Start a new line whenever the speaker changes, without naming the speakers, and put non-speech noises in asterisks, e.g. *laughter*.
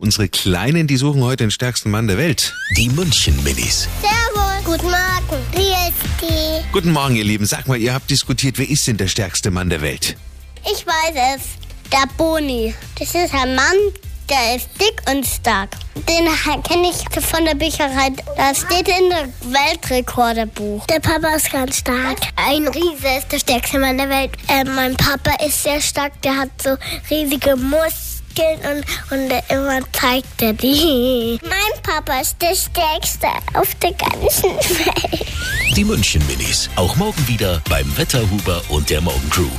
Unsere Kleinen, die suchen heute den stärksten Mann der Welt.
Die München Minis.
Servus. Guten Morgen. Wie ist die?
Guten Morgen, ihr Lieben. Sag mal, ihr habt diskutiert, wer ist denn der stärkste Mann der Welt?
Ich weiß es. Der Boni. Das ist ein Mann, der ist dick und stark. Den kenne ich von der Bücherei. Das steht in der Weltrekorderbuch. Der Papa ist ganz stark. Ein Riese ist der stärkste Mann der Welt. Äh, mein Papa ist sehr stark. Der hat so riesige Muskeln und, und der immer zeigt er die. *laughs* Mein Papa ist der stärkste auf der ganzen Welt.
Die München Minis. Auch morgen wieder beim Wetterhuber und der Morgencrew.